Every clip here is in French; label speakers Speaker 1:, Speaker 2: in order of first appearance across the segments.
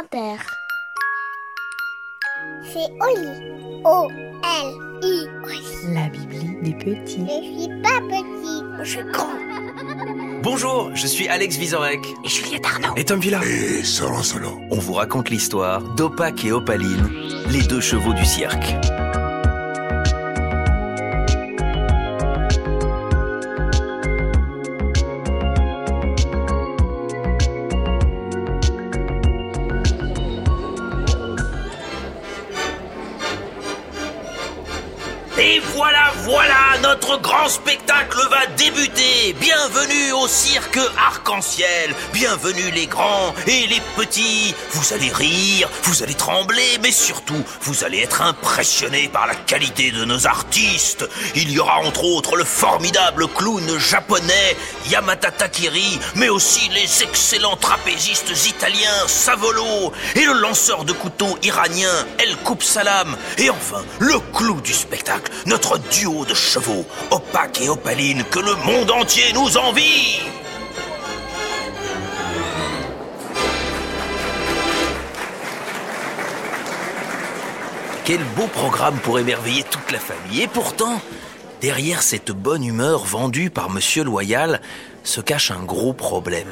Speaker 1: Inter. C'est Oli. O-L-I.
Speaker 2: La Bibli des petits.
Speaker 1: Je suis pas petit.
Speaker 3: Je suis grand.
Speaker 4: Bonjour, je suis Alex Vizorek
Speaker 3: Et Juliette Arnaud.
Speaker 4: et Tom Villa.
Speaker 5: Et Solo Solo.
Speaker 4: On vous raconte l'histoire d'Opac et Opaline, les deux chevaux du cirque. Et voilà, voilà, notre grand spectacle va débuter. Bienvenue au cirque arc-en-ciel. Bienvenue les grands et les petits. Vous allez rire, vous allez trembler, mais surtout, vous allez être impressionnés par la qualité de nos artistes. Il y aura entre autres le formidable clown japonais Yamata Takiri, mais aussi les excellents trapézistes italiens Savolo et le lanceur de couteau iranien El Koupsalam. Et enfin, le clou du spectacle, notre duo de chevaux, Opaque et Opaline, que le monde entier nous envie. Quel beau programme pour émerveiller toute la famille. Et pourtant, derrière cette bonne humeur vendue par Monsieur Loyal se cache un gros problème.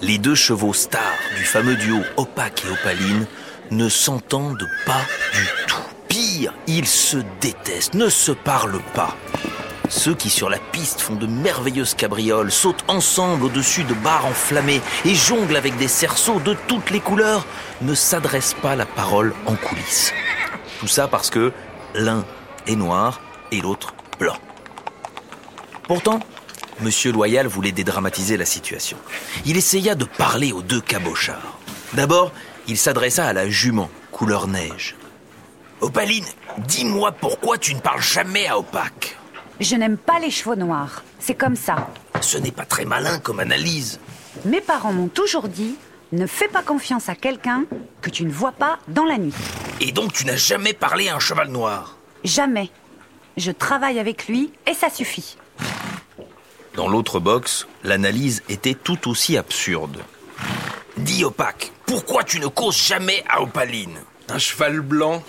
Speaker 4: Les deux chevaux stars du fameux duo Opaque et Opaline ne s'entendent pas du tout. Pire, ils se détestent, ne se parlent pas. Ceux qui sur la piste font de merveilleuses cabrioles, sautent ensemble au-dessus de barres enflammées et jonglent avec des cerceaux de toutes les couleurs, ne s'adressent pas la parole en coulisses. Tout ça parce que l'un est noir et l'autre blanc. Pourtant, Monsieur Loyal voulait dédramatiser la situation. Il essaya de parler aux deux cabochards. D'abord, il s'adressa à la jument, couleur neige. Opaline, dis-moi pourquoi tu ne parles jamais à Opaque.
Speaker 2: Je n'aime pas les chevaux noirs. C'est comme ça.
Speaker 4: Ce n'est pas très malin comme analyse.
Speaker 2: Mes parents m'ont toujours dit ne fais pas confiance à quelqu'un que tu ne vois pas dans la nuit.
Speaker 4: Et donc tu n'as jamais parlé à un cheval noir.
Speaker 2: Jamais. Je travaille avec lui et ça suffit.
Speaker 4: Dans l'autre box, l'analyse était tout aussi absurde. Dis Opaque, pourquoi tu ne causes jamais à Opaline
Speaker 6: Un cheval blanc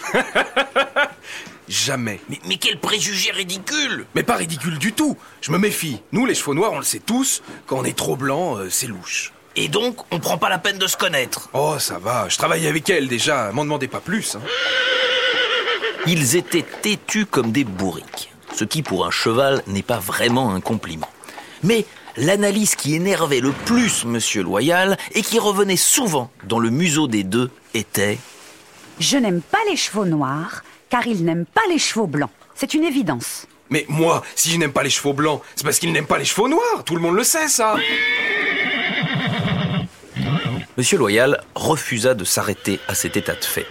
Speaker 6: Jamais.
Speaker 4: mais, mais quel préjugé ridicule
Speaker 6: Mais pas ridicule du tout. Je me méfie. Nous, les chevaux noirs, on le sait tous. Quand on est trop blanc, euh, c'est louche.
Speaker 4: Et donc, on prend pas la peine de se connaître.
Speaker 6: Oh, ça va. Je travaille avec elle déjà. M'en demandez pas plus. hein.
Speaker 4: Ils étaient têtus comme des bourriques, ce qui pour un cheval n'est pas vraiment un compliment. Mais l'analyse qui énervait le plus Monsieur Loyal et qui revenait souvent dans le museau des deux était
Speaker 2: Je n'aime pas les chevaux noirs car ils n'aiment pas les chevaux blancs. C'est une évidence.
Speaker 6: Mais moi, si je n'aime pas les chevaux blancs, c'est parce qu'ils n'aiment pas les chevaux noirs. Tout le monde le sait, ça.
Speaker 4: Monsieur Loyal refusa de s'arrêter à cet état de fait.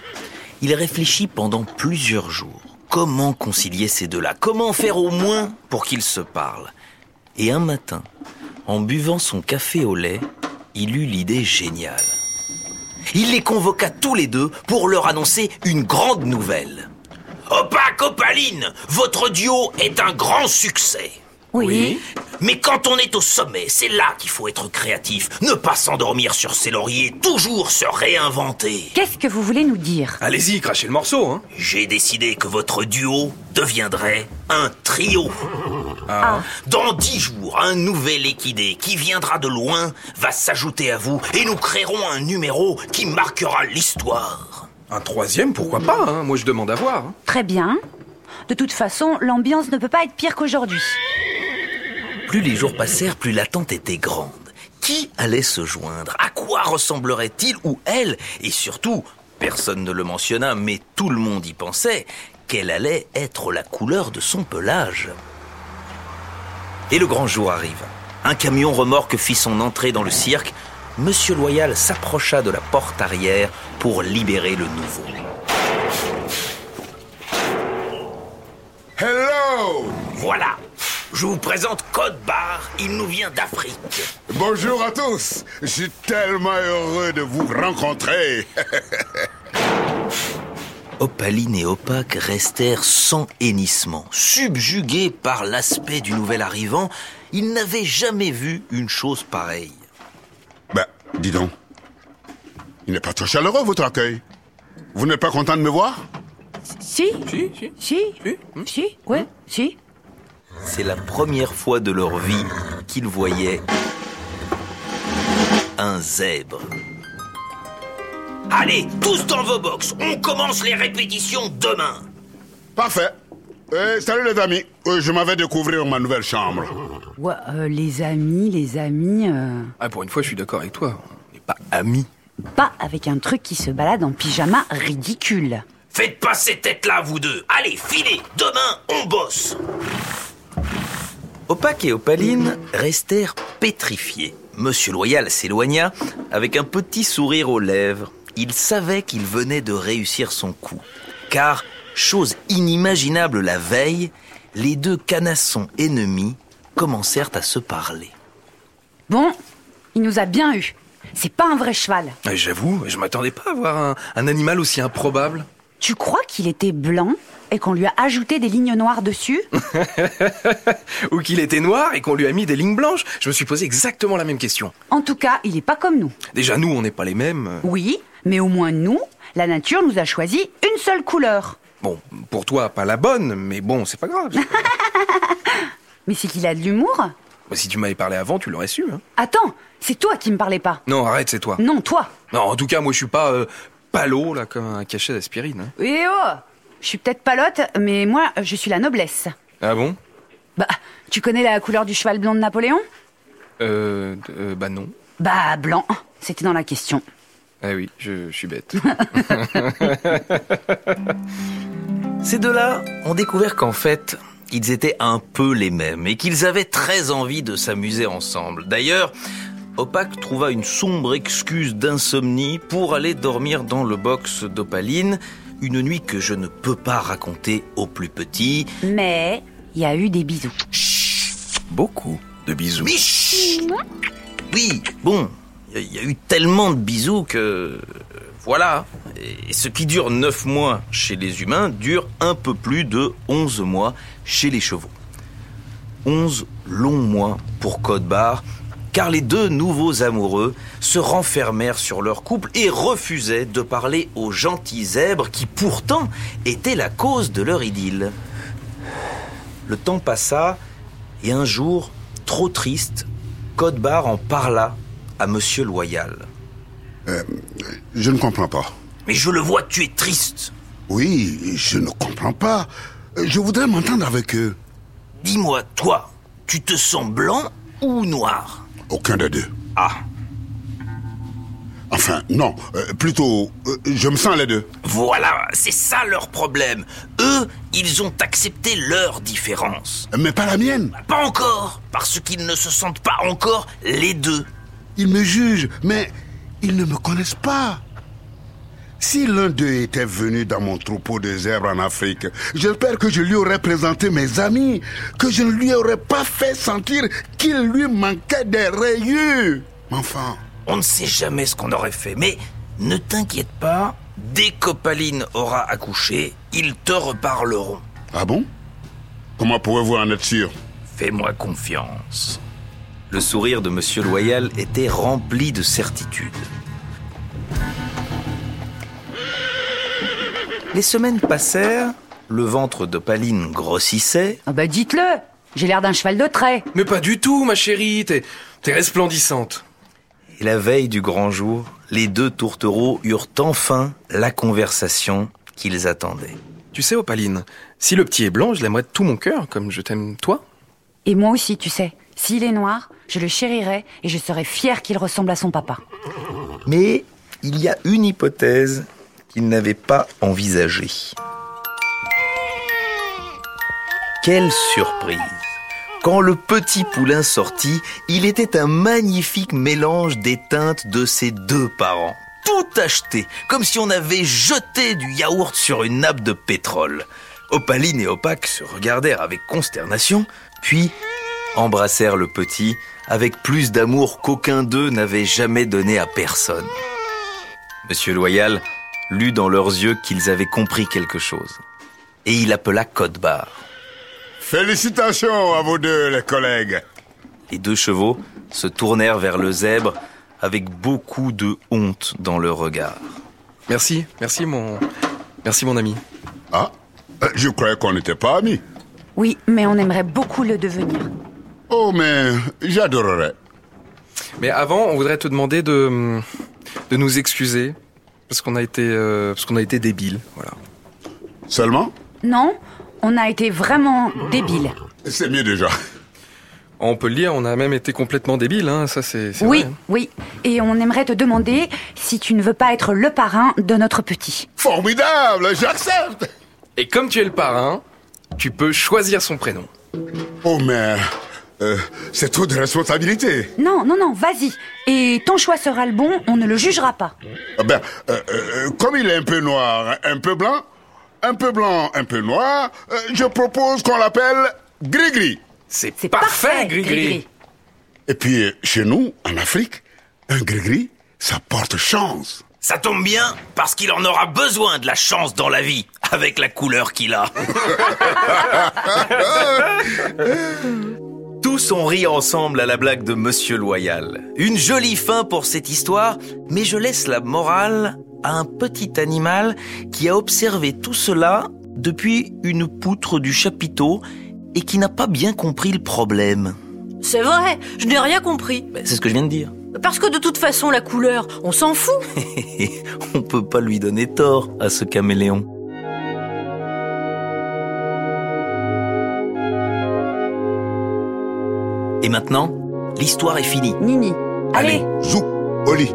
Speaker 4: Il réfléchit pendant plusieurs jours. Comment concilier ces deux-là Comment faire au moins pour qu'ils se parlent Et un matin, en buvant son café au lait, il eut l'idée géniale. Il les convoqua tous les deux pour leur annoncer une grande nouvelle. Opaque Opaline, votre duo est un grand succès.
Speaker 2: Oui.
Speaker 4: Mais quand on est au sommet, c'est là qu'il faut être créatif. Ne pas s'endormir sur ses lauriers, toujours se réinventer.
Speaker 2: Qu'est-ce que vous voulez nous dire
Speaker 6: Allez-y, crachez le morceau. Hein.
Speaker 4: J'ai décidé que votre duo deviendrait un trio. Ah. Dans dix jours, un nouvel équidé qui viendra de loin va s'ajouter à vous et nous créerons un numéro qui marquera l'histoire.
Speaker 6: Un troisième, pourquoi pas hein. Moi, je demande à voir. hein.
Speaker 2: Très bien. De toute façon, l'ambiance ne peut pas être pire qu'aujourd'hui.
Speaker 4: Plus les jours passèrent, plus l'attente était grande. Qui allait se joindre À quoi ressemblerait-il ou elle Et surtout, personne ne le mentionna, mais tout le monde y pensait, quelle allait être la couleur de son pelage Et le grand jour arriva. Un camion remorque fit son entrée dans le cirque. Monsieur Loyal s'approcha de la porte arrière pour libérer le nouveau.
Speaker 5: Hello
Speaker 4: Voilà, je vous présente Code Barre, il nous vient d'Afrique.
Speaker 5: Bonjour à tous Je suis tellement heureux de vous rencontrer
Speaker 4: Opaline et Opaque restèrent sans hennissement, subjugués par l'aspect du nouvel arrivant. Ils n'avaient jamais vu une chose pareille.
Speaker 5: Bah, dis donc. Ben, Il n'est pas très chaleureux, votre accueil. Vous n'êtes pas content de me voir
Speaker 2: Si
Speaker 6: Si, si.
Speaker 2: Si Hmm.
Speaker 6: Si,
Speaker 2: Si Ouais Si
Speaker 4: C'est la première fois de leur vie qu'ils voyaient un zèbre. Allez, tous dans vos box, on commence les répétitions demain.
Speaker 5: Parfait. Euh, salut les amis. Euh, je m'avais découvrir ma nouvelle chambre.
Speaker 2: Ouais, euh, les amis, les amis... euh,
Speaker 6: Ah, pour une fois, je suis d'accord avec toi. On n'est pas amis.
Speaker 2: Pas avec un truc qui se balade en pyjama ridicule.
Speaker 4: Faites pas ces têtes-là, vous deux. Allez, filez, demain, on bosse. Opaque et Opaline restèrent pétrifiés. Monsieur Loyal s'éloigna avec un petit sourire aux lèvres. Il savait qu'il venait de réussir son coup. Car, chose inimaginable la veille, les deux canassons ennemis commencèrent à se parler.
Speaker 2: Bon, il nous a bien eu. C'est pas un vrai cheval.
Speaker 6: Ah, J'avoue, je m'attendais pas à voir un, un animal aussi improbable.
Speaker 2: Tu crois qu'il était blanc et qu'on lui a ajouté des lignes noires dessus
Speaker 6: Ou qu'il était noir et qu'on lui a mis des lignes blanches. Je me suis posé exactement la même question.
Speaker 2: En tout cas, il est pas comme nous.
Speaker 6: Déjà, nous, on n'est pas les mêmes.
Speaker 2: Oui, mais au moins nous, la nature nous a choisi une seule couleur.
Speaker 6: Bon, pour toi, pas la bonne, mais bon, c'est pas grave.
Speaker 2: Mais c'est qu'il a de l'humour
Speaker 6: Bah, si tu m'avais parlé avant, tu l'aurais su. hein.
Speaker 2: Attends, c'est toi qui me parlais pas.
Speaker 6: Non, arrête, c'est toi.
Speaker 2: Non, toi.
Speaker 6: Non, en tout cas, moi, je suis pas euh, palo, là, comme un cachet d'aspirine. hein.
Speaker 2: Eh oh Je suis peut-être palote, mais moi, je suis la noblesse.
Speaker 6: Ah bon
Speaker 2: Bah, tu connais la couleur du cheval blanc de Napoléon
Speaker 6: euh, euh, bah non.
Speaker 2: Bah, blanc. C'était dans la question.
Speaker 6: Ah oui, je, je suis bête.
Speaker 4: Ces deux-là ont découvert qu'en fait, ils étaient un peu les mêmes et qu'ils avaient très envie de s'amuser ensemble. D'ailleurs, Opaque trouva une sombre excuse d'insomnie pour aller dormir dans le box d'Opaline, une nuit que je ne peux pas raconter au plus petit.
Speaker 2: Mais il y a eu des bisous.
Speaker 6: Beaucoup de bisous.
Speaker 4: Mais chut Oui, bon, il y a eu tellement de bisous que... euh, Voilà, et ce qui dure 9 mois chez les humains dure un peu plus de 11 mois chez les chevaux. 11 longs mois pour Code Barre, car les deux nouveaux amoureux se renfermèrent sur leur couple et refusaient de parler aux gentils zèbres qui pourtant étaient la cause de leur idylle. Le temps passa et un jour, trop triste, Codebar en parla à Monsieur Loyal.
Speaker 5: Je ne comprends pas.
Speaker 4: Mais je le vois, tu es triste.
Speaker 5: Oui, je ne comprends pas. Euh, Je voudrais m'entendre avec euh, eux.
Speaker 4: Dis-moi, toi, tu te sens blanc ou noir
Speaker 5: Aucun des deux.
Speaker 4: Ah,
Speaker 5: Enfin, non. euh, plutôt, euh, je me sens les deux.
Speaker 4: voilà, c'est ça leur problème. Eux, ils ont accepté leur différence.
Speaker 5: Mais pas la mienne.
Speaker 4: Pas encore, parce qu'ils ne se sentent pas encore les deux.
Speaker 5: Ils me jugent, mais ils ne me connaissent pas. Si l'un d'eux était venu dans mon troupeau de zèbres en Afrique, j'espère que je lui aurais présenté mes amis, que je ne lui aurais pas fait sentir qu'il lui manquait des rayures. Enfin,
Speaker 4: On ne sait jamais ce qu'on aurait fait, mais ne t'inquiète pas, dès qu'Opaline aura accouché, ils te reparleront.
Speaker 5: ah bon Comment pouvez-vous en être sûr
Speaker 4: Fais-moi confiance. Le sourire de Monsieur Loyal était rempli de certitude. Les semaines passèrent, le ventre d'Opaline grossissait,
Speaker 2: Ah bah dites-le J'ai l'air d'un cheval de trait.
Speaker 6: Mais pas du tout, ma chérie. T'es t'es resplendissante.
Speaker 4: et la veille du grand jour, les deux tourtereaux eurent enfin la conversation qu'ils attendaient.
Speaker 6: Tu sais, Opaline, si le petit est blanc, je l'aimerais de tout mon cœur, comme je t'aime toi.
Speaker 2: Et moi aussi, tu sais. S'il est noir, je le chérirai et je serai fière qu'il ressemble à son papa.
Speaker 4: Mais il y a une hypothèse qu'il n'avait pas envisagée. Quelle surprise Quand le petit poulain sortit, il était un magnifique mélange des teintes de ses deux parents. Tout acheté, comme si on avait jeté du yaourt sur une nappe de pétrole. Opaline et Opaque se regardèrent avec consternation, puis embrassèrent le petit avec plus d'amour qu'aucun d'eux n'avait jamais donné à personne. Monsieur Loyal lut dans leurs yeux qu'ils avaient compris quelque chose. Et il appela Codebar.
Speaker 5: Félicitations à vous deux, les collègues.
Speaker 4: Les deux chevaux se tournèrent vers le zèbre avec beaucoup de honte dans leur regard.
Speaker 6: Merci, merci mon... Merci mon ami.
Speaker 5: Ah, euh, je croyais qu'on n'était pas amis.
Speaker 2: Oui, mais on aimerait beaucoup le devenir.
Speaker 5: Oh, mais j'adorerais.
Speaker 6: Mais avant, on voudrait te demander de, de nous excuser parce qu'on a été euh, parce qu'on a été débiles, voilà.
Speaker 5: Seulement,
Speaker 2: Non, on a été vraiment débiles.
Speaker 5: c'est mieux déjà.
Speaker 6: On peut le dire, on a même été complètement débiles, hein, ça c'est c'est
Speaker 2: Oui,
Speaker 6: vrai, hein.
Speaker 2: oui. Et on aimerait te demander si tu ne veux pas être le parrain de notre petit.
Speaker 5: Formidable, j'accepte.
Speaker 6: Et comme tu es le parrain, tu peux choisir son prénom.
Speaker 5: Oh, mais euh, c'est trop de responsabilité.
Speaker 2: Non, non, non, vas-y. Et ton choix sera le bon, on ne le jugera pas.
Speaker 5: Ah Ben, euh, euh, comme il est un peu noir, un peu blanc, un peu blanc, un peu noir, euh, je propose qu'on l'appelle Gris-Gris.
Speaker 6: C'est
Speaker 2: C'est
Speaker 6: parfait,
Speaker 2: parfait,
Speaker 6: Gris-Gris.
Speaker 2: Gris-Gris.
Speaker 5: Et puis, euh, chez nous, en Afrique, un Gris-Gris, ça porte chance.
Speaker 4: Ça tombe bien, parce qu'il en aura besoin de la chance dans la vie, avec la couleur qu'il a. Tous ont ri ensemble à la blague de Monsieur Loyal. Une jolie fin pour cette histoire, mais je laisse la morale à un petit animal qui a observé tout cela depuis une poutre du chapiteau et qui n'a pas bien compris le problème.
Speaker 3: C'est vrai, je n'ai rien compris.
Speaker 4: Ben, C'est ce que je viens de dire.
Speaker 3: Parce que de toute façon, la couleur, on s'en fout.
Speaker 4: On peut pas lui donner tort à ce caméléon. Et maintenant, l'histoire est finie.
Speaker 2: Nini. Allez.
Speaker 5: Zou, Oli,